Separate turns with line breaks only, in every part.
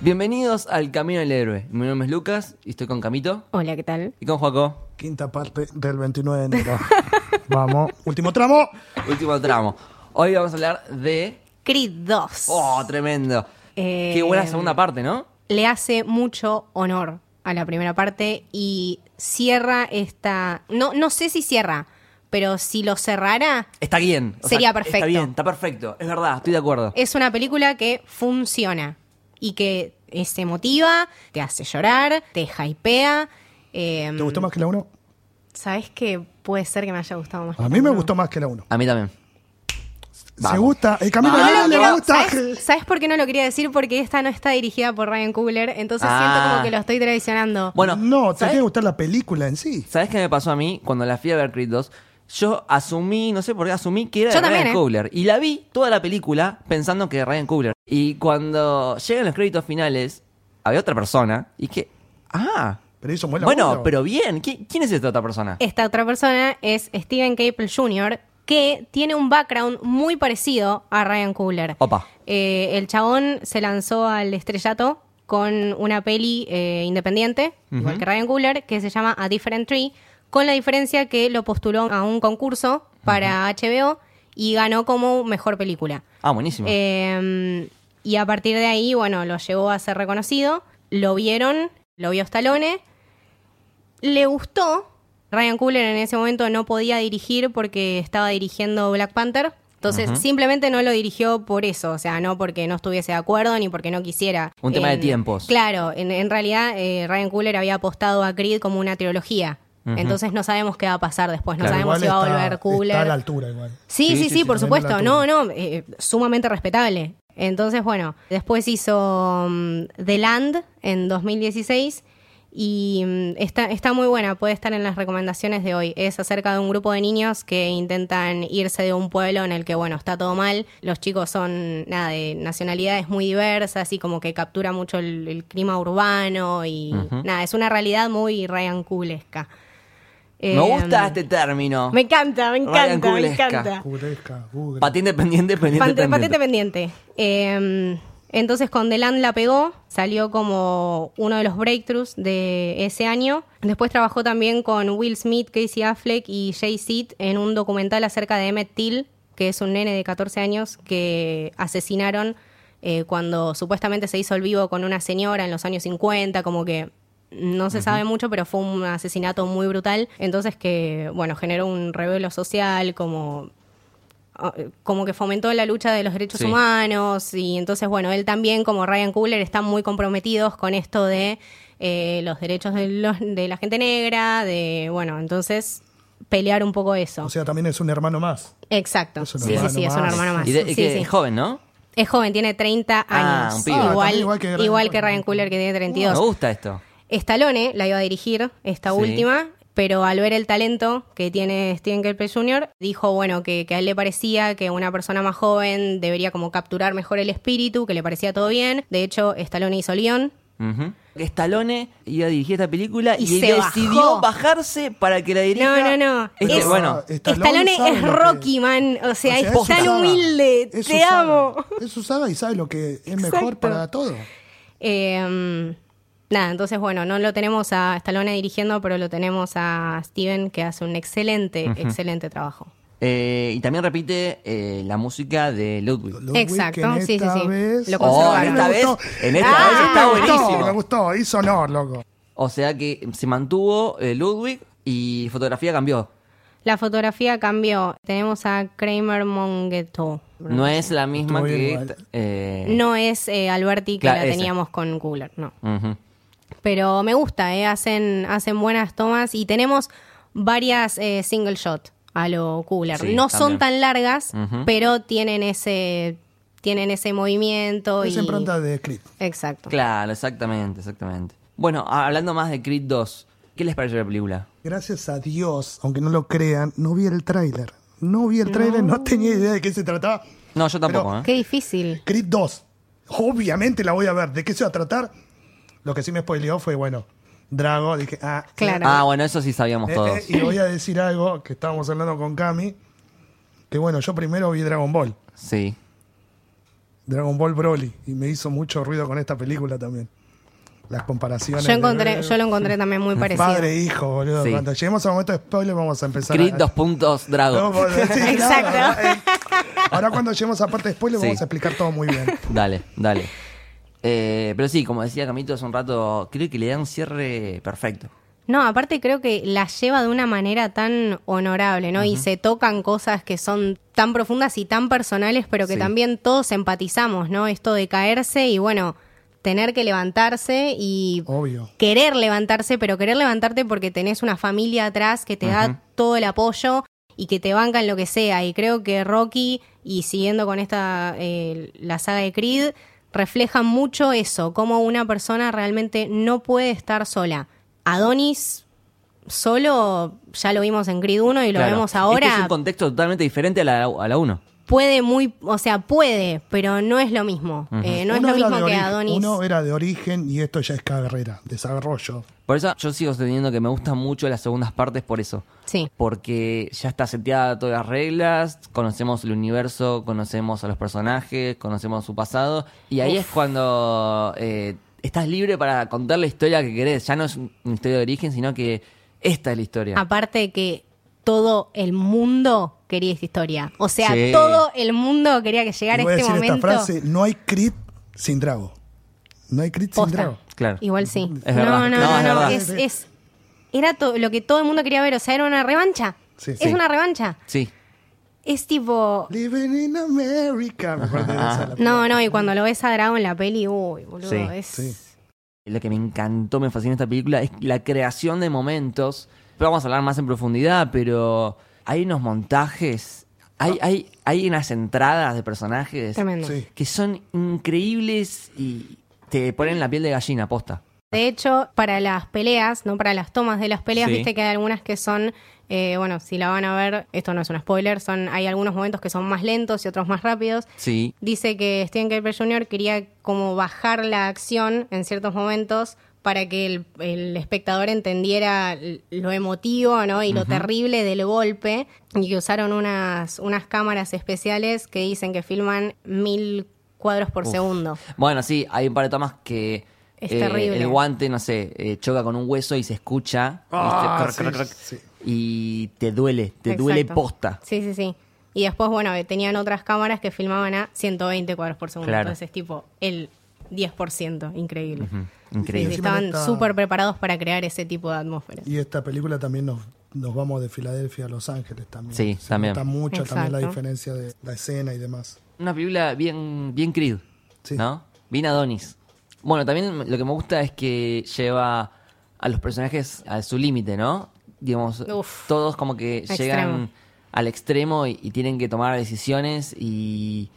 Bienvenidos al Camino del Héroe. Mi nombre es Lucas y estoy con Camito
Hola, ¿qué tal?
y con Joaco.
Quinta parte del 29 de enero. Vamos. Último tramo.
Último tramo. Hoy vamos a hablar de.
Creed 2.
¡Oh, tremendo!
Eh,
Qué buena segunda parte, ¿no?
Le hace mucho honor a la primera parte y cierra esta. No, no sé si cierra, pero si lo cerrara,
Está bien.
Sería
Está
perfecto. Eh,
bien, está perfecto. Es verdad, estoy de acuerdo.
es una película que funciona y que eh, se motiva, te hace llorar, te hypea. eh,
¿Te gustó más que la 1?
¿Sabes qué? Puede ser que me haya gustado más.
A mí me gustó más que la 1.
A mí también.
Se
Vamos.
gusta. El camino
Vamos.
del
No,
héroe
no,
le
Pero,
gusta.
¿sabes, sabes por qué no lo quería decir? Porque esta no está dirigida por Ryan Coogler, entonces
Ah.
siento como que lo estoy traicionando.
Bueno,
no,
¿sabes?
te tiene que gustar la película en sí.
¿Sabes qué me pasó a mí cuando la fui a ver Creed 2? Yo asumí, no sé por qué, asumí que era
Yo
de Ryan
también, ¿eh?
Coogler. Y la vi toda la película pensando que era Ryan Coogler. Y cuando llegan los créditos finales, había otra persona. Y que, ah,
Pero hizo un buen
bueno,
laburo.
pero bien. ¿Qui- ¿Quién es esta otra persona?
Esta otra persona es Steven Caple Jr., que tiene un background muy parecido a Ryan Coogler.
Opa.
Eh, el chabón se lanzó al estrellato con una peli eh, independiente, igual que Ryan Coogler, que se llama A Different Tree, con la diferencia que lo postuló a un concurso para HBO y ganó como mejor película.
Ah, buenísimo.
Eh, y a partir de ahí, bueno, lo llevó a ser reconocido. Lo vieron, lo vio Stallone. Le gustó. Ryan Coogler en ese momento no podía dirigir porque estaba dirigiendo Black Panther. Entonces simplemente no lo dirigió por eso, o sea, no porque no estuviese de acuerdo ni porque no quisiera. Em,
Un tema de tiempos.
Claro, en, en realidad eh, Ryan Coogler había apostado a Creed como una trilogía. Entonces no sabemos qué va a pasar después, no
Claro.
sabemos si va a
está-
volver Coogler.
Está a la altura igual.
Sí, sí, sí, por
también de la
supuesto. No, no, eh, sumamente respetable. Entonces, bueno, después hizo mm, The Land en 2016 y mm, está, está muy buena, puede estar en las recomendaciones de hoy. Es acerca de un grupo de niños que intentan irse de un pueblo en el que, bueno, está todo mal. Los chicos son, nada, de nacionalidades muy diversas y como que captura mucho el, el clima urbano y nada, es una realidad muy Ryan Coolesca.
me gusta este término.
em, Me encanta, me
Ryan
encanta, me
Coogler-esca.
encanta.
Curesca, Google.
Patente pendiente, pendiente,
Pante-
pendiente.
Patente pendiente. Eh, entonces con The Land la pegó, salió como uno de los breakthroughs de ese año. Después trabajó también con Will Smith, Casey Affleck y Jay Seed en un documental acerca de Emmett Till, que es un nene de 14 años que asesinaron eh, cuando supuestamente se hizo el vivo con una señora en los años 50, como que no se sabe mucho, pero fue un asesinato muy brutal. Entonces que, bueno, generó un revuelo social, como ah, como que fomentó la lucha de los derechos
Sí.
humanos y entonces bueno él también como Ryan Coogler están muy comprometidos con esto de eh, los derechos de, los- de la gente negra de bueno entonces pelear un poco eso
O sea, también es un hermano más.
exacto
es un
sí sí
hermano
sí es un
más.
hermano más
Y de-
Sí,
que
sí.
es joven, ¿no?
es joven tiene 30
Ah,
años
un pibe. Ah,
igual
también igual que Ryan
igual que
Coogler.
Ryan Coogler que tiene
Me
32
gusta esto.
Stallone eh, la iba a dirigir, esta
Sí.
última, pero al ver el talento que tiene Steven Kelpe Jr., dijo, bueno, que, que a él le parecía que una persona más joven debería como capturar mejor el espíritu, que le parecía todo bien. De hecho, Stallone hizo el guión.
Ujú. Stallone iba a dirigir esta película y,
Y se
decidió
bajó.
bajarse para que la dirija.
No, no, no.
Este,
Es-
bueno,
Stallone,
sabe
es
lo que-
Rocky, man. O sea,
O sea,
es tan
Susana.
humilde.
Es
Te
Susana.
amo.
Es Susana y sabe lo que es mejor
Exacto.
para todo.
Eh, nada, entonces bueno, no lo tenemos a Stallone dirigiendo, pero lo tenemos a Steven que hace un excelente, excelente trabajo.
eh, y también repite eh, la música de Ludwig.
Ludwig,
Exacto,
que en
sí, sí,
esta
sí.
vez-
Lo
Oh,
conservaron.
en esta
Me
vez,
gustó.
en esta
Ah,
vez está
me gustó, Me
buenísimo.
gustó, hizo honor, loco.
O sea que se mantuvo eh, Ludwig y fotografía cambió.
La fotografía cambió. Tenemos a Kramer Mongeto.
No es la misma
Estuvo
que...
bien igual.
eh,
No es eh, Alberti que
Claro,
la
ese.
teníamos con Cooler, no.
ujú.
Pero me gusta, eh, hacen, hacen buenas tomas y tenemos varias eh, single shot a lo Cooler.
Sí,
no
también.
son tan largas,
Ujú.
pero tienen ese, tienen ese movimiento
Es
y.
impronta de clip.
Exacto.
Claro, exactamente, exactamente. Bueno, a- hablando más de Creed 2, ¿qué les pareció la película?
Gracias a Dios, aunque no lo crean, no vi el tráiler. No vi el tráiler, no. tenía idea de qué se trataba.
No, yo tampoco, ¿eh?
Qué difícil.
Creed 2. Obviamente la voy a ver. ¿De qué se va a tratar? Lo que sí me spoileó fue, bueno, Drago. Dije, ah,
Claro.
Ah, bueno, eso sí sabíamos
eh, eh,
todos.
eh, y voy a decir algo que estábamos hablando con Cami. Que bueno, yo primero vi Dragon Ball.
Sí.
Dragon Ball Broly. Y me hizo mucho ruido con esta película también. Las comparaciones.
Yo,
de-
encontré, yo lo encontré también muy parecido.
Padre e hijo, boludo.
Sí.
Cuando lleguemos al momento de spoiler, vamos a empezar.
Creed
a-
dos puntos
eh. No,
Drago.
vos decís, no,
Exacto.
ahora, eh, ahora cuando lleguemos a parte de spoiler,
Sí.
vamos a explicar todo muy bien.
Dale, dale. Eh, pero sí, como decía Camito hace un rato, creo que le da un cierre perfecto.
No, aparte creo que la lleva de una manera tan honorable, ¿no? Y se tocan cosas que son tan profundas y tan personales, pero que
Sí.
también todos empatizamos, ¿no? Esto de caerse y bueno, tener que levantarse y
Obvio.
querer levantarse, pero querer levantarte porque tenés una familia atrás que te
Ujú.
da todo el apoyo y que te banca en lo que sea. Y creo que Rocky, y siguiendo con esta eh, la saga de Creed, refleja mucho eso, cómo una persona realmente no puede estar sola. Adonis solo, ya lo vimos en Creed 1 y lo
Claro.
vemos
Este es
ahora,
un contexto totalmente diferente a la 1.
puede muy, o sea, puede, pero no es lo mismo. Eh, no es lo
Uno era de
mismo que
origen-
Adonis.
Uno era de origen y esto ya es carrera, desarrollo.
Por eso yo sigo sosteniendo que me gustan mucho las segundas partes por eso.
Sí.
Porque ya está seteada todas las reglas, conocemos el universo, conocemos a los personajes, conocemos su pasado. Y ahí es cuando eh, estás libre para contar la historia que querés. Ya no es un- una historia de origen, sino que esta es la historia.
Aparte de que todo el mundo quería esta historia. O sea,
Sí.
todo el mundo quería que
Y
llegara
voy a
este
decir
momento.
esta frase: no hay crit sin drago. No hay crit sin
Posta.
drago.
Claro.
Igual sí.
Es
no,
verdad.
no,
No, es
no, no.
verdad.
Es, es- era to- lo que todo el mundo quería ver. O sea, era una revancha.
Sí,
es
sí.
una revancha.
Sí.
Es tipo.
Living in America. Me acuerdo de esa, la-
No, no, y cuando lo ves a Drago en la peli, uy, boludo,
Sí,
es.
sí.
Lo que me encantó, me fascina esta película es la creación de momentos. Pero vamos a hablar más en profundidad, pero hay unos montajes, hay, hay, hay unas entradas de personajes
Tremendo.
Sí.
que son increíbles y te ponen la piel de gallina, posta.
De hecho, para las peleas, no para las tomas de las peleas,
Sí.
viste que hay algunas que son, eh, bueno, si la van a ver, esto no es un spoiler, son, hay algunos momentos que son más lentos y otros más rápidos.
Sí.
Dice que Steven Kelper Jr. quería como bajar la acción en ciertos momentos para que el, el espectador entendiera l- lo emotivo ¿no? y lo terrible del golpe. Y que usaron unas, unas cámaras especiales que dicen que filman mil cuadros por segundo.
Bueno, sí, hay un par de tomas que eh,
Es terrible.
el guante, no sé, eh, choca con un hueso y se escucha.
Ah,
¿viste? Crac,
sí,
crac, crac.
sí.
Y te duele, te
Exacto.
duele posta.
Sí, sí, sí. Y después, bueno, eh, tenían otras cámaras que filmaban a 120 cuadros por segundo.
Claro.
Entonces, tipo, el 10%, increíble. Sí, sí,
Increíble.
Encima
estaban
está-
súper preparados para crear ese tipo de atmósfera.
Y esta película también nos, nos vamos de Filadelfia a Los Ángeles también.
Sí,
Se
también.
nota mucho también la
Exacto.
diferencia de la escena y demás.
Una película bien, bien Creed,
Sí.
¿no? Bien Adonis. Bueno, también lo que me gusta es que lleva a los personajes a su límite, ¿no? Digamos,
Uf.
todos como que
Extremo.
llegan al extremo y, y tienen que tomar decisiones y...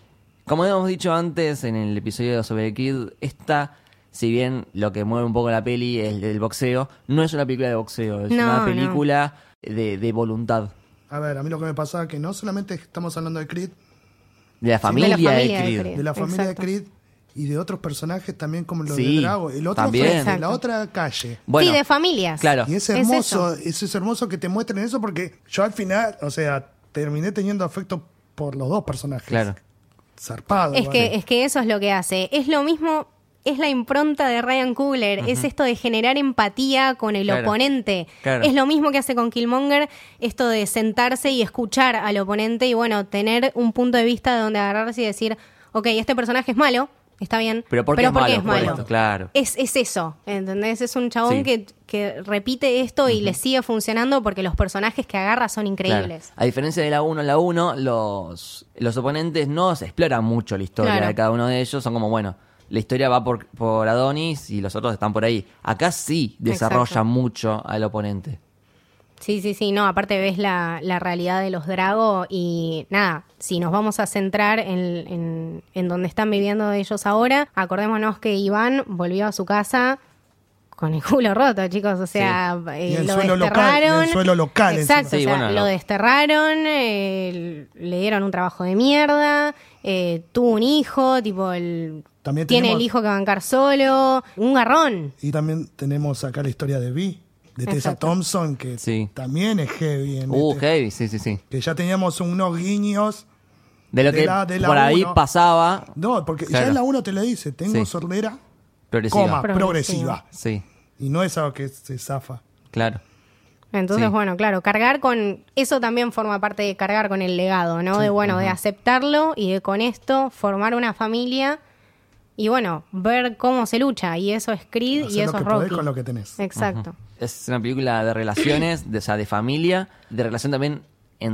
Como hemos dicho antes en el episodio sobre Creed, esta, si bien lo que mueve un poco la peli es el, el boxeo, no es una película de boxeo, es
No,
una
no.
película de, de voluntad.
A ver, a mí lo que me pasaba que no solamente estamos hablando de Creed,
De la
De
familia,
la familia
de
de
Creed.
Creed.
de la familia
Exacto.
de Creed y de otros personajes también como lo
Sí,
de Drago. El otro
también.
frente, la
Exacto.
otra calle.
Bueno,
sí, de familias.
claro.
Y es
Es
hermoso, es, es hermoso que te muestren eso porque yo al final, o sea, terminé teniendo afecto por los dos personajes.
Claro.
Zarpado.
Es
vale.
que, es que eso es lo que hace. Es lo mismo, es la impronta de Ryan Coogler. Es esto de generar empatía con el
Claro.
oponente.
Claro.
Es lo mismo que hace con Killmonger, esto de sentarse y escuchar al oponente y, bueno, tener un punto de vista de donde agarrarse y decir, ok, este personaje es malo, está bien,
Pero ¿por qué es malo? Por esto, claro.
Es, es eso, ¿entendés? Es un chabón
Sí.
que, que repite esto y le sigue funcionando porque los personajes que agarra son increíbles.
Claro. A diferencia de la 1 la 1, los, los oponentes no se exploran mucho la historia
Claro.
de cada uno de ellos. Son como, bueno, la historia va por, por Adonis y los otros están por ahí. Acá sí desarrolla
Exacto.
mucho al oponente.
Sí, sí, sí, no, aparte ves la, la realidad de los Drago y nada, si nos vamos a centrar en, en, en donde están viviendo ellos ahora, acordémonos que Iván volvió a su casa con el culo roto, chicos, o sea, eh,
Y el
lo
suelo local,
desterraron.
y el suelo local encima.
Exacto, o
Sí,
sea,
bueno,
lo
no.
desterraron, eh, le dieron un trabajo de mierda, eh, tuvo un hijo, tipo, el,
También
tiene
tenemos-
el hijo que bancar solo, un garrón.
Y también tenemos acá la historia de Vi, de Tessa
Exacto.
Thompson, que
Sí.
también es heavy. En
Uh,
este-
heavy, sí, sí, sí.
Que ya teníamos unos guiños
De lo
De
que
la- de la
por ahí
uno.
pasaba.
No, porque ya
Claro.
en la 1 te le dice, tengo
Sí.
sordera,
Progresiva.
coma,
Progresiva.
progresiva.
Sí,
Y no es algo que se zafa.
claro.
Entonces,
Sí.
bueno, claro, cargar con. Eso también forma parte de cargar con el legado, ¿no? de bueno, de aceptarlo y de con esto formar una familia y bueno, ver cómo se lucha. Y eso es Creed y
Hacer lo
eso
que
es
podés
Rocky.
con lo que tenés.
Exacto.
Es una película de relaciones, de, o sea, de familia, de relación también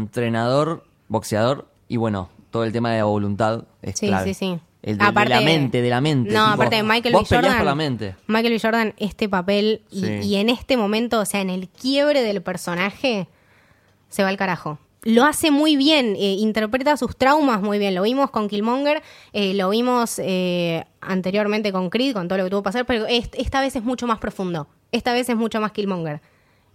entrenador, boxeador y bueno, todo el tema de la voluntad es
Sí,
clave.
sí, sí.
El de, de la mente, de la mente.
No,
tipo,
aparte de Michael
vos
B. Jordan.
peleás por la mente.
Michael B. Jordan, este papel y,
Sí.
y en este momento, o sea, en el quiebre del personaje, se va al carajo. Lo hace muy bien, eh, interpreta sus traumas muy bien. Lo vimos con Killmonger, eh, lo vimos eh, anteriormente con Creed, con todo lo que tuvo que pasar, pero est- esta vez es mucho más profundo. Esta vez es mucho más Killmonger.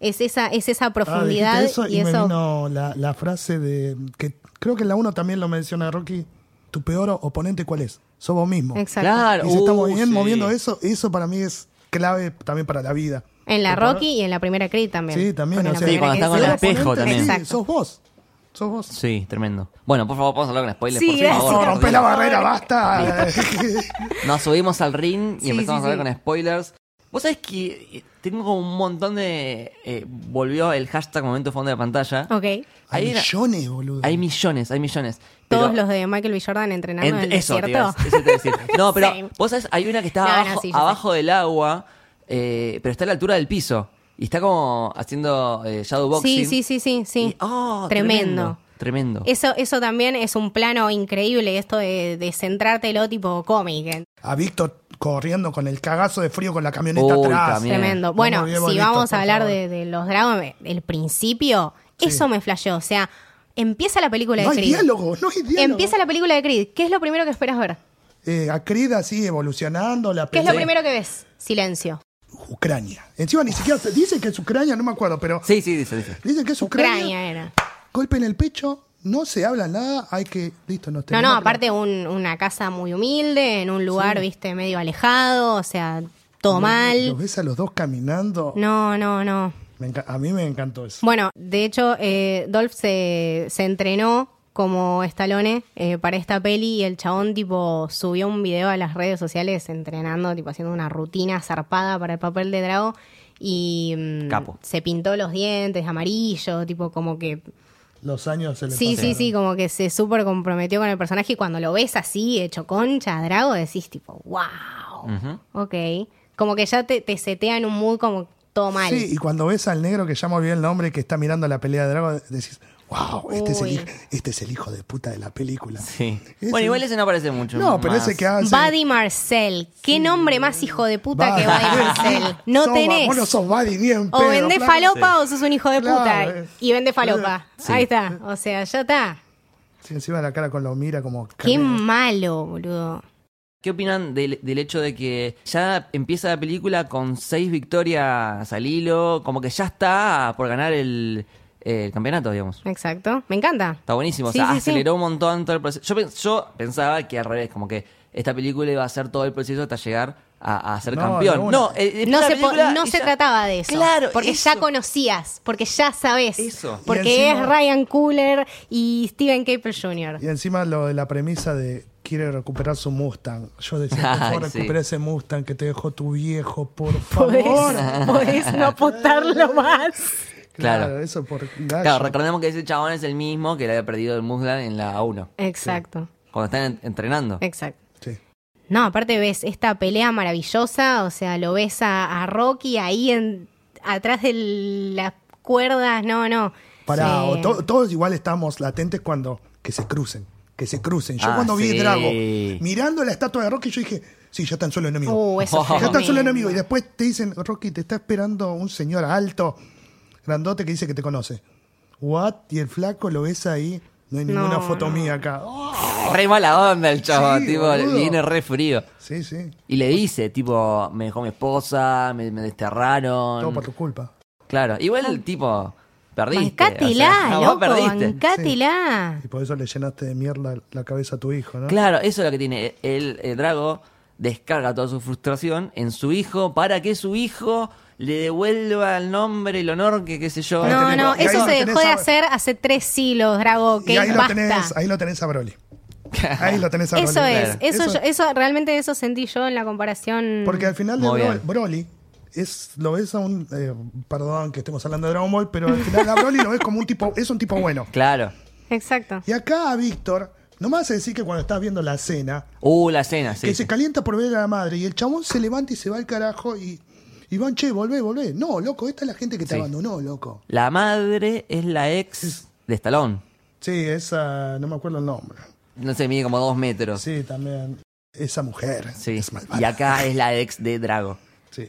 Es esa, es esa
Ah, dijiste
profundidad
eso y,
y,
me
eso.
vino la, la frase de que creo que en la 1 también lo menciona Rocky, tu peor oponente cuál es? Sos vos mismo.
Exacto.
Claro.
Y si estamos
uh,
bien
sí.
moviendo eso, eso para mí es clave también para la vida.
En la
Te paro-
Rocky y en la primera Creed también.
Sí, también.
Eh, Porque
o
la
sea,
Sí,
primera
cuando
Creed
está con
sí
el
la-
espejo
oponente,
también.
sí,
Exacto.
sos vos. Sos vos.
Sí, tremendo. Bueno, por favor, vamos a hablar con spoilers,
Sí,
por
gracias.
favor.
Oh,
por
rompe la
Dios.
barrera, basta.
Nos subimos al ring y
Sí,
empezamos
sí,
a hablar
sí.
con spoilers. Vos sabés que tengo como un montón de... eh, volvió el hashtag momento fondo de pantalla.
Ok.
Hay
hay
una-
millones, boludo.
Hay millones, hay millones.
Todos
Pero-
los de Michael B. Jordan entrenando en el
Ent- eso, te iba a-
desierto.
eso te iba a decir. No, pero
Same.
vos sabés, hay una que está
No, no,
abajo,
sí, yo
abajo del agua, eh, pero está a la altura del piso. Y está como haciendo eh, shadow boxing.
Sí, sí, sí, sí, sí.
Y- oh,
tremendo.
Tremendo.
Eso, eso también es un plano increíble, esto de, de centrártelo tipo cómic. ¿eh?
A Víctor corriendo con el cagazo de frío con la camioneta
Uy,
atrás.
también. Bien.
Tremendo.
Vamos
Bueno,
bien,
si
bonito,
vamos
por
a hablar
favor.
de, de los dragones, el principio, eso me flasheó. O sea, empieza la película de
No hay
Creed.
diálogo, no hay diálogo.
Empieza la película de Creed. ¿Qué es lo primero que esperas ver?
Eh, a Creed así evolucionando la
¿Qué es lo
pelea.
primero que ves? Silencio.
Ucrania. Encima ni siquiera se- dicen que es Ucrania, no me acuerdo, pero
Sí, sí, dice, dice.
dicen que es Ucrania.
Ucrania era.
Golpe en el pecho, no se habla nada, hay que listo, nos
No,
tenemos
no,
que-
aparte un- una casa muy humilde, en un lugar, viste, medio alejado, o sea, todo
Los
mal.
ves a los dos caminando.
No, no, no.
Me enca- a mí me encantó eso.
Bueno, de hecho, eh, Dolph se, se entrenó como Stallone eh, para esta peli y el chabón tipo subió un video a las redes sociales entrenando, tipo haciendo una rutina zarpada para el papel de Drago y mm,
Capo.
se pintó los dientes amarillo, tipo como que
Los años se le
Sí, sí,
pasaron.
sí, como que se súper comprometió con el personaje y cuando lo ves así, hecho concha, a Drago, decís tipo, wow, ok. Como que ya te, te setea en un mood como todo mal.
Sí, y cuando ves al negro que ya me olvidé el nombre que está mirando la pelea de Drago, decís, wow, este es, el,
Uy.
hij- este es el hijo de puta de la película.
Sí.
Ese-
Bueno, igual ese no aparece mucho.
No, pero
más.
ese que hace.
Buddy Marcel, qué nombre más hijo de puta que
Buddy.
Buddy Marcel. No
Sos-
tenés.
Vos no sos Buddy ni en
o
pedo,
vende
flaco.
falopa o sos un hijo de
Claro,
puta.
eh.
Y vende falopa.
Sí.
Ahí está. O sea, ya está.
Sí, encima la cara con lo mira como.
Qué malo, boludo.
¿Qué opinan del, del hecho de que ya empieza la película con seis victorias al hilo? Como que ya está por ganar el, el campeonato, digamos.
Exacto. Me encanta.
Está buenísimo,
Sí,
o sea,
sí, sí.
aceleró un montón todo el proceso. Yo, pen- yo pensaba que al revés, como que esta película iba a ser todo el proceso hasta llegar a, a ser
No, de
campeón.
una.
No, eh, eh,
No,
la
se, po-
película
no
y
se
ya-
trataba de eso.
Claro,
Porque ya
eso.
conocías, porque ya sabes.
Eso.
Y
Porque
encima-
es Ryan Cooler y Steven Capel Jr.
Y encima lo de la premisa de quiere recuperar su Mustang. Yo decía, por
Ay,
favor,
sí.
recupera ese Mustang que te dejó tu viejo, por
Podés,
favor.
podés no apostarlo más.
Claro.
eso por
Claro,
gallo.
recordemos que ese chabón es el mismo que le había perdido el Muslan en la 1,
Exacto,
cuando están en- entrenando.
exacto.
Sí.
No, aparte ves esta pelea maravillosa, o sea, lo ves a, a Rocky ahí en, atrás de las cuerdas, no, no.
Para,
Eh,
o to- todos igual estamos latentes cuando que se crucen, que se crucen. Yo
Ah,
cuando vi
sí.
Drago mirando la estatua de Rocky, yo dije, sí, ya están solo enemigos.
Uh, eso es
Ya
ya están solo
tremendo.
enemigos. Y después te dicen, Rocky, te está esperando un señor alto, grandote, que dice que te conoce. What? Y el flaco lo ves ahí. No hay ninguna
No,
foto
no.
mía acá. Oh,
Re mala onda el chabón,
Sí,
tipo,
boludo.
viene re frío.
sí, sí.
Y le dice, tipo, me dejó mi esposa, me, me desterraron.
Todo por tu culpa.
Claro, igual el tipo, perdiste. o
Bancátela,
sea, vos
loco,
perdiste.
bancátela.
Y por eso le llenaste de mierda la cabeza a tu hijo, ¿no?
Claro, eso es lo que tiene. El, el Drago descarga toda su frustración en su hijo para que su hijo le devuelva el nombre, el honor, que qué sé yo.
Ahí
No,
tenés-
no,
y ahí
eso
lo
se
tenés
dejó de
a-
hacer hace tres siglos, Drago,
y
que
ahí lo,
basta.
tenés, ahí lo tenés a Broly. Ahí lo tenés a
Eso
Broly.
es,
Claro.
eso,
Eso-
yo- eso realmente eso sentí yo en la comparación.
Porque al final de
Muy
Bro-
bien.
Broly, es, lo ves a un. eh, perdón que estemos hablando de Dragon Ball, pero al final a Broly lo ves como un tipo. Es un tipo bueno.
Claro.
Exacto.
Y acá a Víctor, nomás se decir que cuando estás viendo la cena,
Uh, la cena, sí.
que
sí.
se calienta por ver a la madre y el chabón se levanta y se va al carajo y. Y van, che, volvé, volvé. No, loco, esta es la gente que te
Sí.
abandonó, loco.
La madre es la ex de Estalón.
Sí, esa. No me acuerdo el nombre.
No sé, mide como dos metros. Sí.
Sí, también. Esa mujer. Es malvada.
y acá es la ex de Drago.
Sí.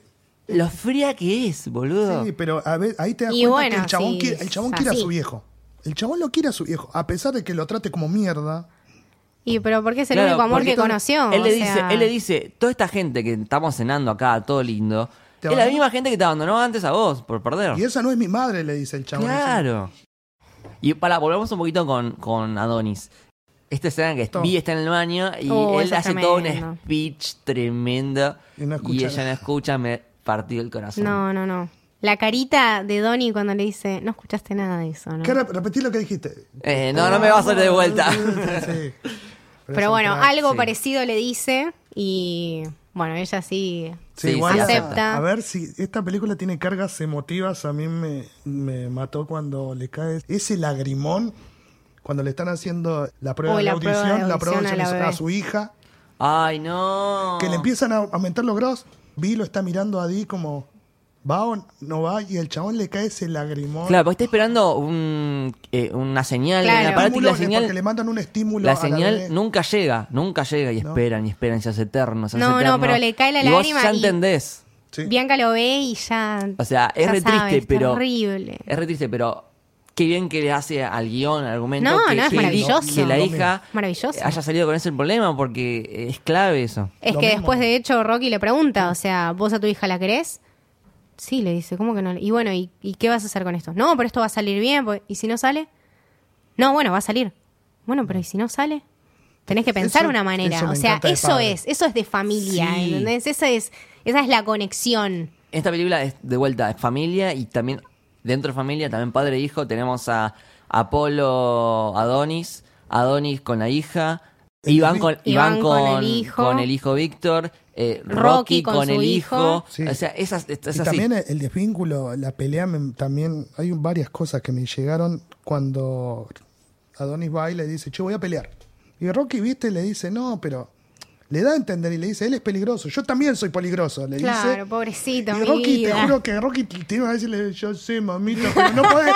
Lo fría que es, boludo.
Sí, pero a ver, ahí te das
Y
cuenta
bueno,
que el chabón,
sí,
quiere, el chabón
es
quiere a
así.
su viejo. El chabón lo quiere a su viejo, a pesar de que lo trate como mierda.
Y pero porque es el
Claro,
único amor
porque
que
todo-
conoció.
Él le,
o
dice,
sea,
él le dice, toda esta gente que estamos cenando acá, todo lindo,
Te
es la
abandonó.
misma gente que te abandonó antes a vos por perder.
Y esa no es mi madre, le dice el chabón.
Claro. Y para, volvamos un poquito con, con Adonis. Esta escena que
Todo.
Vi está en el baño y
Oh,
él
eso es
hace todo
tremendo.
un speech tremendo
Y no escucha
ella
nada.
no escucha, me partió el corazón.
No, no, no. La carita de Donnie cuando le dice, no escuchaste nada de eso, ¿no?
¿Qué rep- repetí lo que dijiste.
Eh, no, no me va a hacer de vuelta.
Sí.
Pero bueno,
es un crack.
algo
sí.
parecido le dice y bueno, ella sí.
Sí,
Sí,
igual
sí,
a-
acepta.
A, ver si esta película tiene cargas emotivas. A mí me, me mató cuando le cae ese lagrimón. Cuando le están haciendo la prueba,
Oh,
de,
la
audición,
prueba de
la
audición
prueba de
a la
audición a
bebé.
su hija.
Ay, no.
que le empiezan a aumentar los gross. Vi lo está mirando a Di como va o no va y el chabón le cae ese lagrimón.
Claro, porque está esperando un, eh, una señal en
Claro.
el aparato y
Estímulo,
la
es porque
señal,
le mandan un estímulo.
la
a
señal
bebé.
nunca llega, nunca llega y
No.
esperan y esperan, se hace eterno, se hace
No, no,
eterno.
pero le cae la
y
lágrima
Vos ya
y-
entendés.
Sí.
Bianca lo ve y ya.
O sea, es
ya
re
sabe,
triste,
es
pero.
Terrible.
Es re triste, pero. Qué bien que le hace al guión, al argumento.
No,
que,
no, es
que-
maravilloso.
Que la hija
Maravilloso.
haya salido con ese problema porque es clave eso.
Es
Lo
que
mismo.
después, de hecho, Rocky le pregunta, o sea, ¿vos a tu hija la querés? Sí, le dice, ¿cómo que no? Y bueno, ¿y, y qué vas a hacer con esto? No, pero esto va a salir bien, pues, ¿y si no sale? No, bueno, va a salir. Bueno, pero ¿y si no sale? Tenés que pensar
Eso-
una manera.
eso me
O sea,
encanta de
eso
padre.
es, eso es de familia,
Sí.
¿entendés? Esa es, esa es la conexión.
Esta película es de vuelta, es familia y también dentro de familia, también padre e hijo, tenemos a Apolo Adonis, Adonis con la hija, Iván con, Iván
Iván con
con,
el hijo.
con el hijo Víctor, eh, Rocky,
Rocky
con,
con su
el hijo.
hijo.
Sí.
O sea, esas, es, es
y
así.
también el- el desvínculo, la pelea, me- también hay un- varias cosas que me llegaron cuando Adonis va y le dice, yo voy a pelear. Y Rocky, viste, le dice, no, pero le da a entender y le dice, él es peligroso, yo también soy peligroso. Le
Claro,
dice,
pobrecito,
Y
mi
Rocky, te
vida.
juro que Rocky te te iba a decirle, yo sé, mamita, pero no podés.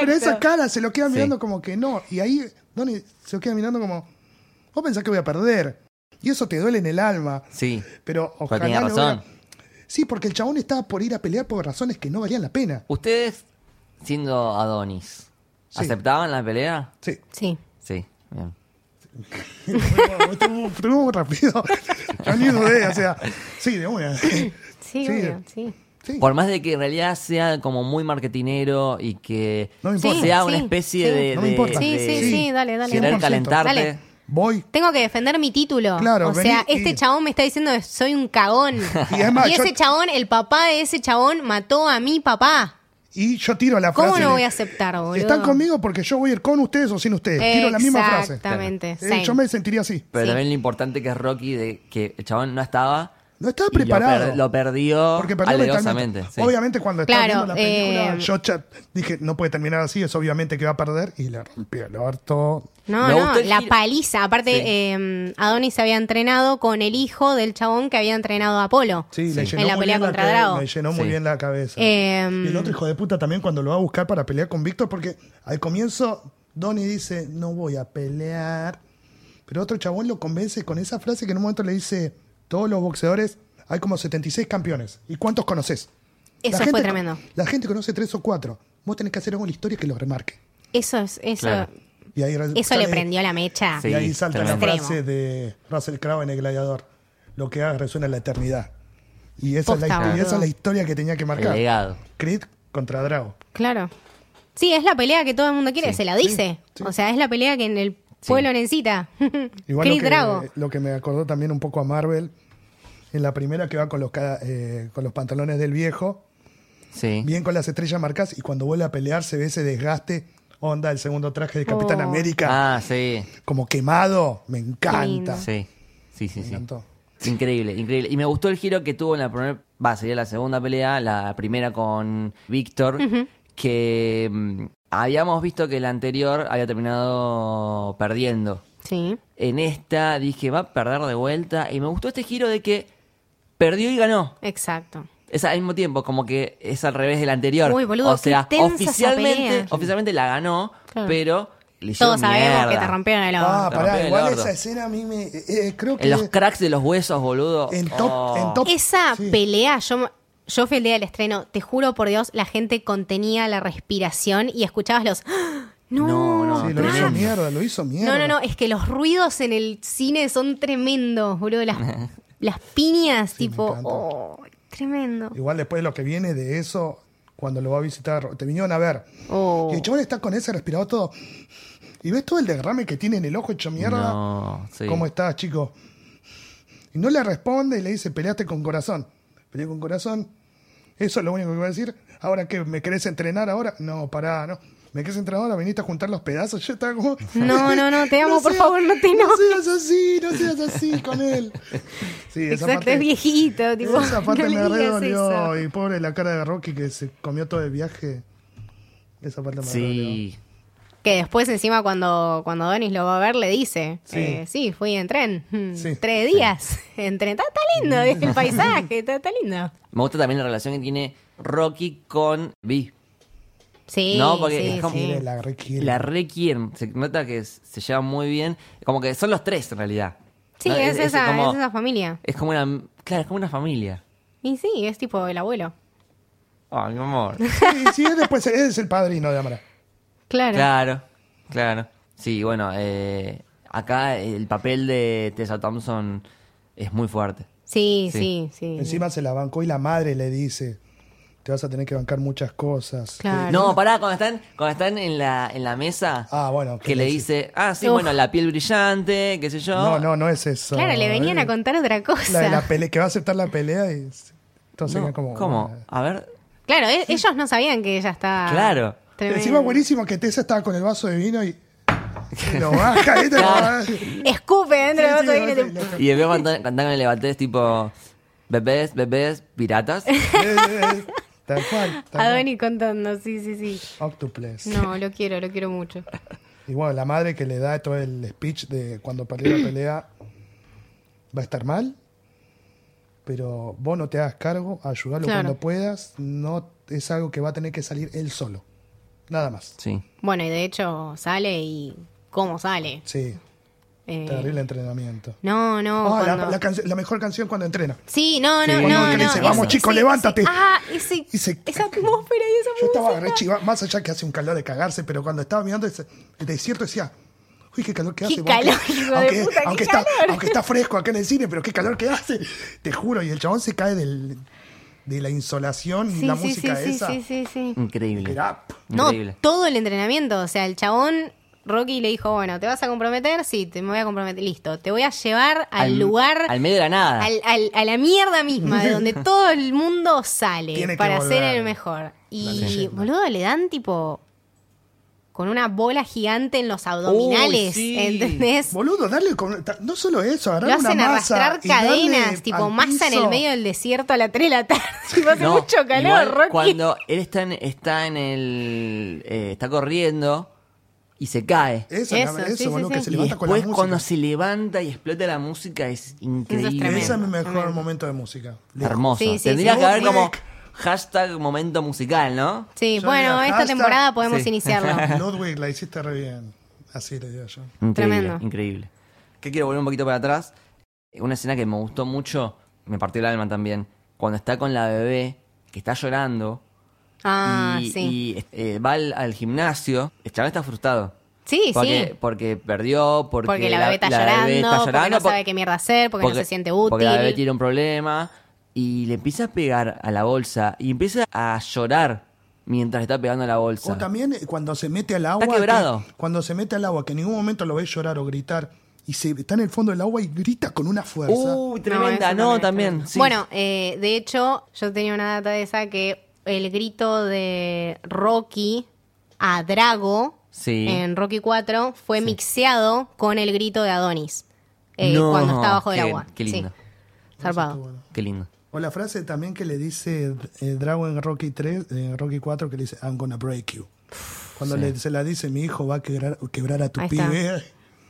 pero esa cara se lo queda mirando como que no. Y ahí Donnie se lo queda mirando como, vos pensás que voy a perder. Y eso te duele en el alma.
Sí.
Pero
Pero
ojalá.
tenía
lo
razón.
hubiera- Sí, porque el chabón estaba por ir a pelear por razones que no valían la pena.
Ustedes, siendo Adonis,
Sí.
¿aceptaban la pelea?
Sí.
Sí.
Sí, bien.
estuvo, estuvo muy rápido. Yo ni dudé, o sea. Sí, de una. Sí.
Sí,
Sí.
obvio, sí.
Por más de que en realidad sea como muy marketinero y que
No me importa.
sea una
Sí,
especie
sí.
de,
No me
de-
importa.
Sí, sí,
de
sí, dale, dale.
querer
100%.
calentarte.
Dale.
Voy.
Tengo que defender mi título.
Claro,
o sea,
vení y-
este chabón me está diciendo que soy un cagón.
Y además,
Y ese
yo-
chabón, el papá de ese chabón mató a mi papá.
Y yo tiro la frase.
¿Cómo no
de,
voy a aceptar, boludo?
Están conmigo porque yo voy a ir con ustedes o sin ustedes. Tiro la misma frase.
Exactamente.
Eh,
same.
yo me sentiría así.
Pero
Sí.
también lo importante que es Rocky de que el chabón no estaba.
No estaba
y lo
preparado.
per- Lo, perdió
Porque perdón,
alegrosamente. sí.
Obviamente cuando estaba
Claro,
viendo la película,
eh,
yo chat, dije, no puede terminar así, es obviamente que va a perder. Y le rompió el orto.
No,
Me
no,
gustó el
la
giro.
paliza. Aparte,
Sí.
eh, Adonis se había entrenado con el hijo del chabón que había entrenado a Apolo.
Sí, le
Sí.
llenó
En la
muy
pelea
bien
contra
la cabeza,
Drago.
le llenó
Sí.
muy bien la cabeza.
Eh,
y el otro hijo de puta también cuando lo va a buscar para pelear con Víctor, porque al comienzo Donnie dice, no voy a pelear. Pero otro chabón lo convence con esa frase que en un momento le dice, todos los boxeadores, hay como 76 campeones. ¿Y cuántos conoces?
Eso fue tremendo.
La gente conoce tres o cuatro. Vos tenés que hacer alguna historia que los remarque.
Eso es, eso,
Claro.
Y ahí
eso
sale-
le prendió la mecha.
Sí.
Y ahí salta
tremendo.
la frase de Russell Crowe en El Gladiador. Lo que hagas resuena en la eternidad. Y esa, es la,
Posta,
y
boludo.
esa es la historia que tenía que
El
marcar.
legado.
Creed contra Drago.
Claro. Sí, es la pelea que todo el mundo quiere, se la dice.
sí.
O sea, es la pelea que en el pueblo necesita.
Igual lo
Chris
que,
Drago.
lo que me acordó también un poco a Marvel, en la primera que va con los, ca- eh, con los pantalones del viejo,
Sí.
bien con las estrellas marcadas, y cuando vuelve a pelear se ve ese desgaste Onda, el segundo traje de Capitán
Oh.
América,
Ah, sí.
como quemado, me encanta.
lindo.
Sí, sí, sí.
Me
sí.
encantó.
Increíble, increíble. Y me gustó el giro que tuvo en la primera. Va, sería la segunda pelea, la primera con Víctor. Que mm, habíamos visto que la anterior había terminado perdiendo.
Sí.
En esta dije, va a perder de vuelta. Y me gustó este giro de que perdió y ganó.
Exacto.
Es al mismo tiempo, como que es al revés del anterior.
Uy, boludo,
o sea,
qué tensa esa
oficialmente,
pelea.
oficialmente la ganó,
Claro.
pero le hicieron
Todos sabemos
mierda.
que te rompieron el ojo.
Te
Ah,
rompió
pará,
el
igual
orto.
esa escena a mí me. eh, eh, creo que.
En los cracks de los huesos, boludo.
en top,
Oh.
en top-
Esa
sí.
pelea, yo, yo fui el día del estreno, te juro por Dios, la gente contenía la respiración y escuchabas los... ¡Ah! No,
No, no,
Sí, lo hizo
tremendo.
mierda, lo hizo mierda.
No, no, no, es que los ruidos en el cine son tremendos, boludo. Las, las piñas,
Sí, me
tipo,
encanta.
oh, tremendo.
Igual después lo que viene de eso, cuando lo va a visitar, te vinieron a ver.
Oh.
Y el chabón está con ese respirador todo. Y ves todo el derrame que tiene en el ojo hecho mierda.
Oh, No, sí.
¿Cómo estás, chico? Y no le responde y le dice, peleaste con corazón. Peleé con corazón. Eso es lo único que voy a decir. Ahora que me querés entrenar ahora. No, pará, no. ¿Me querés entrenar ahora? ¿Viniste a juntar los pedazos? Yo estaba como...
No, no, no, te amo, por
seas-
favor, no te
No
enojes.
seas así, no seas así con él. Sí, esa
Exacto,
parte-
es viejito, tipo.
esa parte
no le
me re
digas
dolió.
eso.
Y pobre la cara de Rocky que se comió todo el viaje. Esa parte me re dolió.
Sí.
Que después, encima, cuando, cuando Donis lo va a ver, le dice:
Sí.
Sí, sí fui en tren. Mm,
Sí.
Tres días. En tren. Está, está lindo el paisaje, está, está lindo.
Me gusta también la relación que tiene Rocky con Vi.
Sí.
No, porque
sí,
es como-
sí.
Quiere la requiere.
La requiem. Se nota que s- se llevan muy bien. Como que son los tres en realidad.
Sí,
¿No?
es, esa,
como,
es esa familia.
es como una. Claro, es como una familia.
Y sí, es tipo el abuelo.
Ay, mi amor.
Sí, sí, es después es el padrino de Amara.
Claro.
Claro, claro. Sí, bueno, eh, acá el papel de Tessa Thompson es muy fuerte.
Sí,
Sí.
sí, sí.
Encima se la bancó y la madre le dice, te vas a tener que bancar muchas cosas.
Claro.
No, pará, cuando están, cuando están en, la, en la mesa,
Ah, bueno, ¿qué
que le
le
dice, ah, sí,
Uf.
bueno, la piel brillante, qué sé yo.
No, no, no es eso.
Claro, le venían
Eh,
a contar otra
La,
cosa.
de la pelea, que va a aceptar la pelea y... Entonces
No,
era como...
¿Cómo?
bueno.
A ver,
Claro, e- ellos no sabían que ella estaba.
Claro.
Tremendo.
Encima buenísimo que Tessa estaba con el vaso de vino y... y lo baja y te lo baja.
Escupe dentro del vaso de vino, tipo,
y después cuando, cuando están con el debate es tipo, bebés, bebés, piratas.
eh, Tal cual. Tal
A
cual.
Donny contando, sí, sí, sí.
Octuples.
No, lo quiero, lo quiero mucho.
Y bueno, la madre que le da todo el speech de cuando perdió la pelea va a estar mal, pero vos no te hagas cargo, ayudarlo
Claro.
cuando puedas, no es algo que va a tener que salir él solo. Nada más.
Sí.
Bueno, y de hecho sale y. ¿Cómo sale?
Sí,
Eh,
terrible entrenamiento.
No, no.
Ah, la,
cuando-
la cancio- la mejor canción cuando entrena.
Sí, no,
Sí.
no, no.
Cuando
no,
le dice,
eso,
"Vamos,
chico, levántate".
Ah, ese,
Y se-
esa atmósfera y esa
Yo estaba
música.
re chivado, más allá que hace un calor de cagarse, pero cuando estaba mirando ese- el desierto decía, uy, qué calor que hace.
Qué
vos,
calor,
que-
hijo de
aunque,
puta, qué
aunque está,
calor.
aunque está fresco acá en el cine, pero qué calor que hace. Te juro, y el chabón se cae del, de la insolación y
Sí,
la
sí, sí,
música
sí,
esa.
sí, sí, sí.
Increíble.
Era,
No,
Increíble.
todo el entrenamiento. O sea, el chabón, Rocky le dijo, bueno, ¿te vas a comprometer? Sí, te me voy a comprometer. Listo, te voy a llevar al, lugar,
Al medio de la nada.
al- al- a la mierda misma, de donde todo el mundo sale
Tiene que
para ser
volver.
el mejor.
La
Y,
leyenda.
boludo, le dan tipo con una bola gigante en los abdominales,
sí.
¿entendés?
Boludo, darle con- ta- no solo eso, agarrar
Lo hacen
una masa
arrastrar
y darle
cadenas, tipo
al
masa en el
piso.
medio del desierto a las 3 de la tarde. Tipo, hace
No,
mucho calor,
igual
Rocky.
Cuando él está en, está en el. eh, está corriendo y se cae.
Eso,
Eso,
eso,
sí, sí,
boludo, que
sí.
se
y
levanta con la
después
música.
cuando se levanta y explota la música es increíble.
tremendo.
Ese es mi mejor
Tremendo.
momento de música.
Hermoso.
Sí, sí,
Tendría
sí.
que haber
Music.
como hashtag momento musical, ¿no?
Sí,
Yo
bueno,
diría,
esta
hashtag-
temporada podemos
Sí.
iniciarlo.
Ludwig, la hiciste re bien. Así le digo yo.
Increíble,
Tremendo.
increíble. Que quiero volver un poquito para atrás. Una escena que me gustó mucho, me partió el alma también. Cuando está con la bebé, que está llorando,
Ah,
y,
sí.
y, eh, va al, al gimnasio, el chaval está frustrado.
Sí,
porque,
sí.
porque perdió, porque,
Porque la bebé está, llorando,
bebé está
porque no
llorando,
sabe qué mierda hacer, porque, no se siente útil.
Porque la bebé tiene un problema y le empieza a pegar a la bolsa y empieza a llorar mientras le está pegando a la bolsa.
O también eh, cuando se mete al agua.
quebrado.
que- cuando se mete al agua, que en ningún momento lo ves llorar o gritar. Y se está en el fondo del agua y grita con una fuerza.
Uy,
No,
tremenda,
eso
no,
es
también.
tremendo.
sí.
Bueno, eh, de hecho, yo tenía una data de esa que el grito de Rocky a Drago
Sí.
en Rocky 4 fue mixeado con el grito de Adonis eh,
No,
cuando está bajo del
qué-
agua.
qué lindo.
Sí. Zarpado.
Bueno.
Qué lindo.
O la frase también que le dice eh, Drago en Rocky 3, en Rocky 4, que le dice, I'm gonna break you. Cuando le- se la dice, mi hijo va a quebrar, quebrar a tu
Ahí está.
pibe.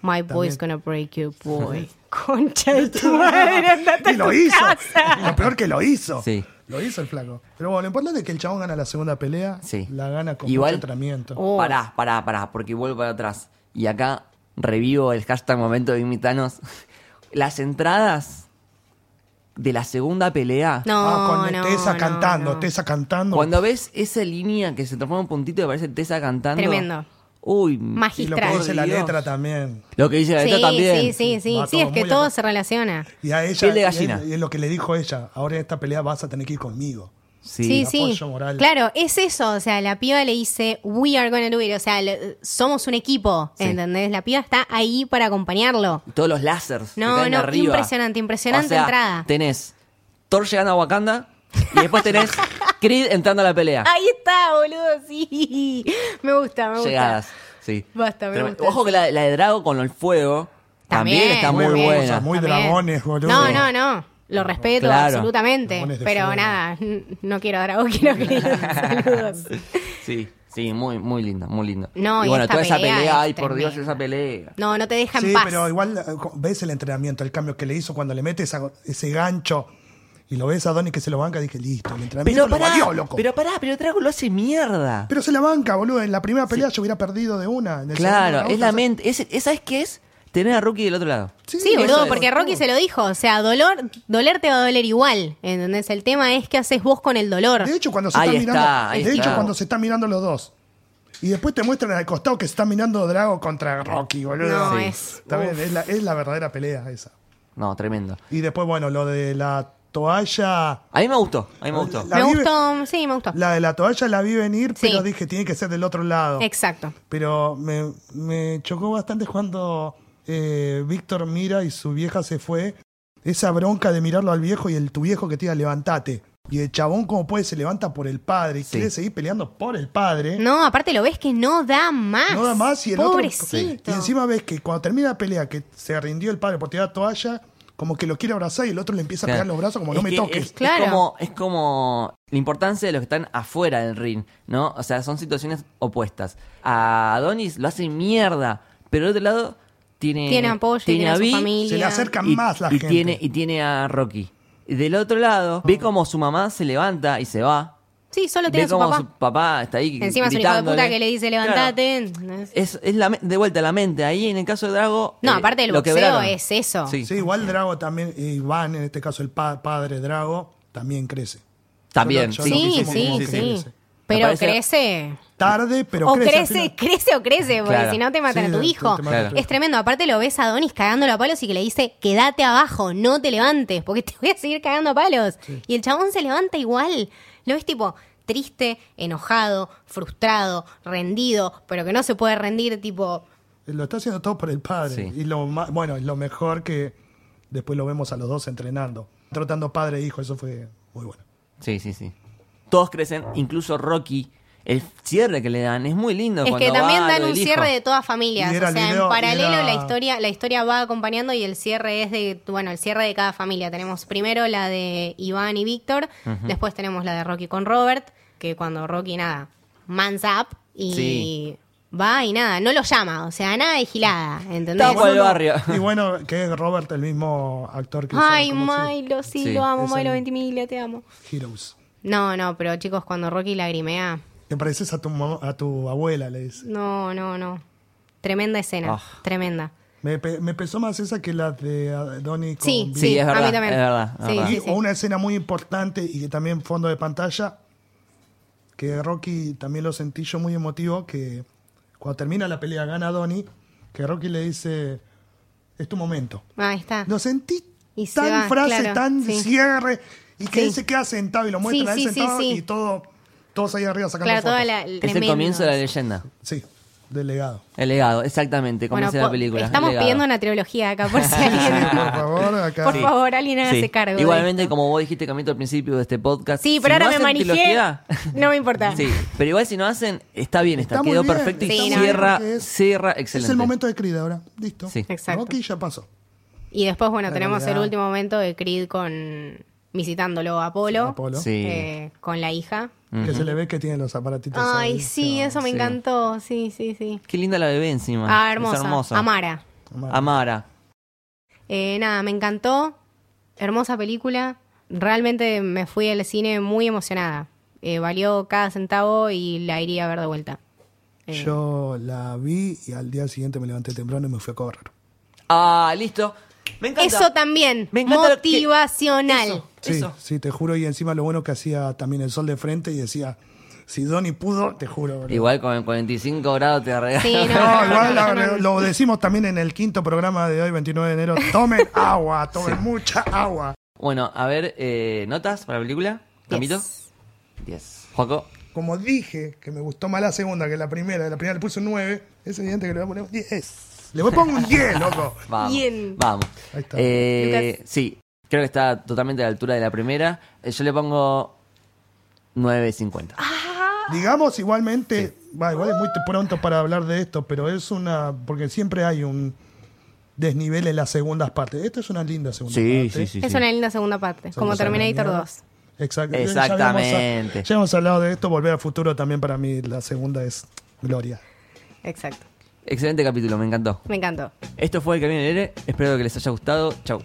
My boy's gonna break you, boy. Concha de tu madre, andate a
Ah, Y lo
tu
hizo.
casa.
Lo peor que lo hizo.
Sí.
Lo hizo el flaco. Pero bueno, lo importante es que el chabón gana la segunda pelea.
Sí.
La gana con
Igual-
mucho entrenamiento.
Oh.
Pará, pará, pará, porque vuelvo para atrás. Y acá revivo el hashtag momento de imitanos. Las entradas de la segunda pelea.
No,
ah, con
no,
Tessa
no,
cantando,
no.
Tessa cantando.
Cuando ves esa línea que se transforma en puntito y aparece Tessa cantando.
Tremendo.
Uy,
y lo que
Magistral.
dice la
Dios.
letra también.
lo que dice la letra
sí,
también.
sí, sí, sí.
Va
Sí,
todo
es que
muy
todo
acá.
se relaciona.
Y a ella.
Piel de
y
gallina.
es- Y es lo que le dijo ella. Ahora en esta pelea vas a tener que ir conmigo.
Sí,
Sí.
sí.
apoyo moral.
Claro, es eso. O sea, la piba le dice, we are gonna do it. O sea, le- somos un equipo.
Sí.
¿Entendés? La piba está ahí para acompañarlo.
Todos los lásers. que
No,
caen de
no,
arriba.
impresionante, impresionante
O sea,
entrada.
Tenés Thor llegando a Wakanda y después tenés Creed entrando a la pelea.
Ahí está, boludo, sí. Me gusta, me gusta.
Llegadas. Sí.
Basta, me
Tremendo.
gusta.
Ojo que la, la de Drago con el fuego también,
También,
está muy
Muy hermosa,
buena.
muy-
También.
dragones, boludo.
No, no, no. Lo respeto
Claro.
absolutamente.
Dragones de
Pero
fuego.
nada, no quiero dragón, quiero que saludos.
Sí, sí, muy, muy linda, muy linda.
No,
y
y
bueno,
esta
toda esa
pelea
pelea,
es
ay, por Dios,
tremenda.
esa pelea.
No, no te deja en
Sí,
paz.
pero igual eh, co- ves el entrenamiento, el cambio que le hizo cuando le mete esa- ese gancho y lo ves a Donny que se lo banca, dije, listo, el entrenamiento
Pero
lo
pará,
valió, loco.
pero pará, pero Drago lo hace mierda.
Pero se la banca, boludo. En la primera pelea yo hubiera perdido de una. En el segundo
claro,
round,
es la
tercer-
mente. Es, esa es que es tener a Rookie del otro lado.
Sí, boludo,
es.
porque Rocky se lo dijo. O sea, dolor, doler te va a doler igual. ¿Entendés? El tema es que haces vos con el dolor.
De hecho, cuando se
Ahí
están
está,
mirando,
ahí
de
está.
hecho, cuando se están mirando los dos. Y después te muestran al costado que se están mirando Drago contra Rocky, boludo.
No, Sí. es-
Está bien, es la, es la verdadera pelea esa.
No, tremendo.
Y después, bueno, lo de la toalla.
A mí me gustó, a mí me gustó.
La
me
vive-
gustó, sí, me gustó.
La de la toalla la vi venir,
Sí.
pero dije, tiene que ser del otro lado.
Exacto.
Pero me, me chocó bastante cuando eh, Víctor mira y su vieja se fue. Esa bronca de mirarlo al viejo y el tu viejo que te diga levantate. Y el chabón, como puede, se levanta por el padre y
Sí.
quiere seguir peleando por el padre.
No, aparte lo ves que no da más.
No da más y el otro.
Pobrecito.
Y encima ves que cuando termina la pelea, que se rindió el padre por tirar la toalla, como que lo quiere abrazar y el otro le empieza a pegar
Claro.
los brazos como
Es
no me
que
toques.
Es, es
Claro.
como, es como la importancia de los que están afuera del ring, ¿no? O sea, son situaciones opuestas. A Adonis lo hace mierda, pero del otro lado tiene,
Tiene apoyo, tiene,
a
a su
Vi
familia.
Se le acerca
y,
más la
y
gente. Ah.
tiene Y tiene a Rocky. Y Del otro lado, ve como su mamá se levanta y se va.
Sí, solo
Ve
tiene a su
como
papá.
su papá está ahí
Encima es un hijo de puta
gritándole.
que le dice
Claro.
levantate.
Es, es la, me- de vuelta la mente. Ahí en el caso de Drago.
No,
eh,
aparte del
lo
boxeo
quebraron.
es eso.
Sí,
Sí, igual Drago también, eh, Iván, en este caso el pa- padre Drago, también crece.
también.
Yo lo- yo lo
Sí,
quise
sí,
como
sí.
que crece.
Me
Pero
parece-
crece.
Tarde, pero
o
crece. al
crece,
final.
crece o crece, porque
Claro.
si no te matan
Sí,
a tu
te-
hijo.
te matan
a tu hijo.
Es tremendo. Aparte lo ves a Donis cagándolo a palos y que le dice, quédate abajo, no te levantes, porque te voy a seguir cagando a palos. Y el chabón se levanta igual. Lo ves tipo triste, enojado, frustrado, rendido, pero que no se puede rendir, tipo...
Lo está haciendo todo por el padre.
Sí.
Y lo ma- bueno, y lo mejor que después lo vemos a los dos entrenando. Tratando padre e hijo, eso fue muy bueno.
Sí, sí, sí. Todos crecen, incluso Rocky. El cierre que le dan es muy lindo.
Es que
cuando
también
va,
dan
lo
un
del hijo.
cierre de todas familias.
Y era
O sea,
el video,
en
y
paralelo
era-
la historia, la historia va acompañando y el cierre es de, bueno, el cierre de cada familia. Tenemos primero la de Iván y Víctor, después tenemos la de Rocky con Robert, que cuando Rocky nada, man's up y
Sí.
va y nada, no lo llama, o sea, nada de gilada, ¿entendés?
Está por el barrio.
Y bueno, que es Robert, el mismo actor que hizo,
Ay,
¿cómo se-
Milo, sí,
Sí,
lo amo,
es
Milo
el-
Ventimiglia, te amo.
Heroes.
No, no, pero chicos, cuando Rocky lagrimea,
Te pareces a tu, mam- a tu abuela, le dice.
no, no, no. Tremenda escena,
Ah.
tremenda.
Me, pe- me pesó más esa que la de ah, Donnie con
Sí,
Bill.
Sí,
sí,
es
a
verdad,
mí también.
es verdad, es
Sí,
verdad.
Y
sí, sí.
una escena muy importante y que también fondo de pantalla, que Rocky también lo sentí yo muy emotivo, que cuando termina la pelea gana Donnie, que Rocky le dice, es tu momento.
Ahí está.
Lo sentí
Y se
tan
va,
frase,
claro,
tan
sí.
cierre, y que
Sí.
él se queda sentado y lo muestran
Sí,
a él
sí, sí,
sentado
sí.
y todo, todos ahí arriba sacando
claro, toda
fotos.
la.
Es el comienzo de la leyenda.
Sí. del legado.
El legado, exactamente, como
Bueno,
dice la
po-
película.
estamos
el legado.
pidiendo una trilogía acá por si alguien.
Por favor, acá.
Por favor, alguien hágase
Sí.
cargo. de
Igualmente,
esto.
como vos dijiste, Camito, al principio de este podcast.
Sí,
si
pero
no
ahora me
hacen
manijé.
trilogía-
No me importa.
Sí, pero igual si no hacen, está bien, está,
Está muy
quedó
bien,
perfecto y
está muy bien
cierra,
porque es-
cierra,
Es
excelente.
el momento de Creed ahora. Listo.
Sí.
Exacto.
Rocky ya pasó.
Y después, bueno,
La
tenemos el
realidad.
último momento de Creed con visitándolo a Apolo,
Apolo.
Sí.
eh, con la hija.
Que se le ve que tiene los aparatitos.
Ay,
ahí.
sí, eso me
sí.
encantó. Sí, sí, sí.
Qué linda la bebé encima.
Ah,
Es
hermosa.
hermosa.
Amara.
Amar.
Amara.
Eh, nada, me encantó. Hermosa película. Realmente me fui al cine muy emocionada. Eh, valió cada centavo y la iría a ver de vuelta. Eh,
Yo la vi y al día siguiente me levanté temprano y me fui a correr.
Ah, listo. Me encanta.
Eso también.
Me encanta lo que-
motivacional.
Eso.
Sí, sí, te juro. Y encima lo bueno que hacía también el sol de frente y decía, si Donny pudo, te juro. boludo.
Igual con el 45 grados te arreglas.
Sí, no,
No,
no,
igual la-
no, no.
lo decimos también en el quinto programa de hoy, 29 de enero. Tomen agua, tomen mucha agua.
Bueno, a ver, eh, ¿notas para la película? Camito.
Yes.
10. Joaco.
Como dije que me gustó más la segunda que la primera, la primera le puse un 9, es evidente que le voy a poner un 10. Le voy a poner un 10, loco.
Vamos.
Bien.
Vamos.
Ahí está.
Eh,
Lucas.
sí, creo que está totalmente a la altura de la primera. Eh, Yo le pongo 9.50.
Ah.
Digamos igualmente, va, igual es muy te- pronto para hablar de esto, pero es una, porque siempre hay un desnivel en las segundas partes. Esta es una linda segunda parte.
Es una linda segunda parte, como
Somos a la
Terminator
mierda.
2.
Exacto. Ya
Exactamente.
habíamos- Ya hemos hablado de esto, Volver al Futuro también para mí la segunda es Gloria.
Exacto.
Excelente capítulo, me encantó.
Me encantó.
Esto fue el Camino del Aire. Espero que les haya gustado. Chau.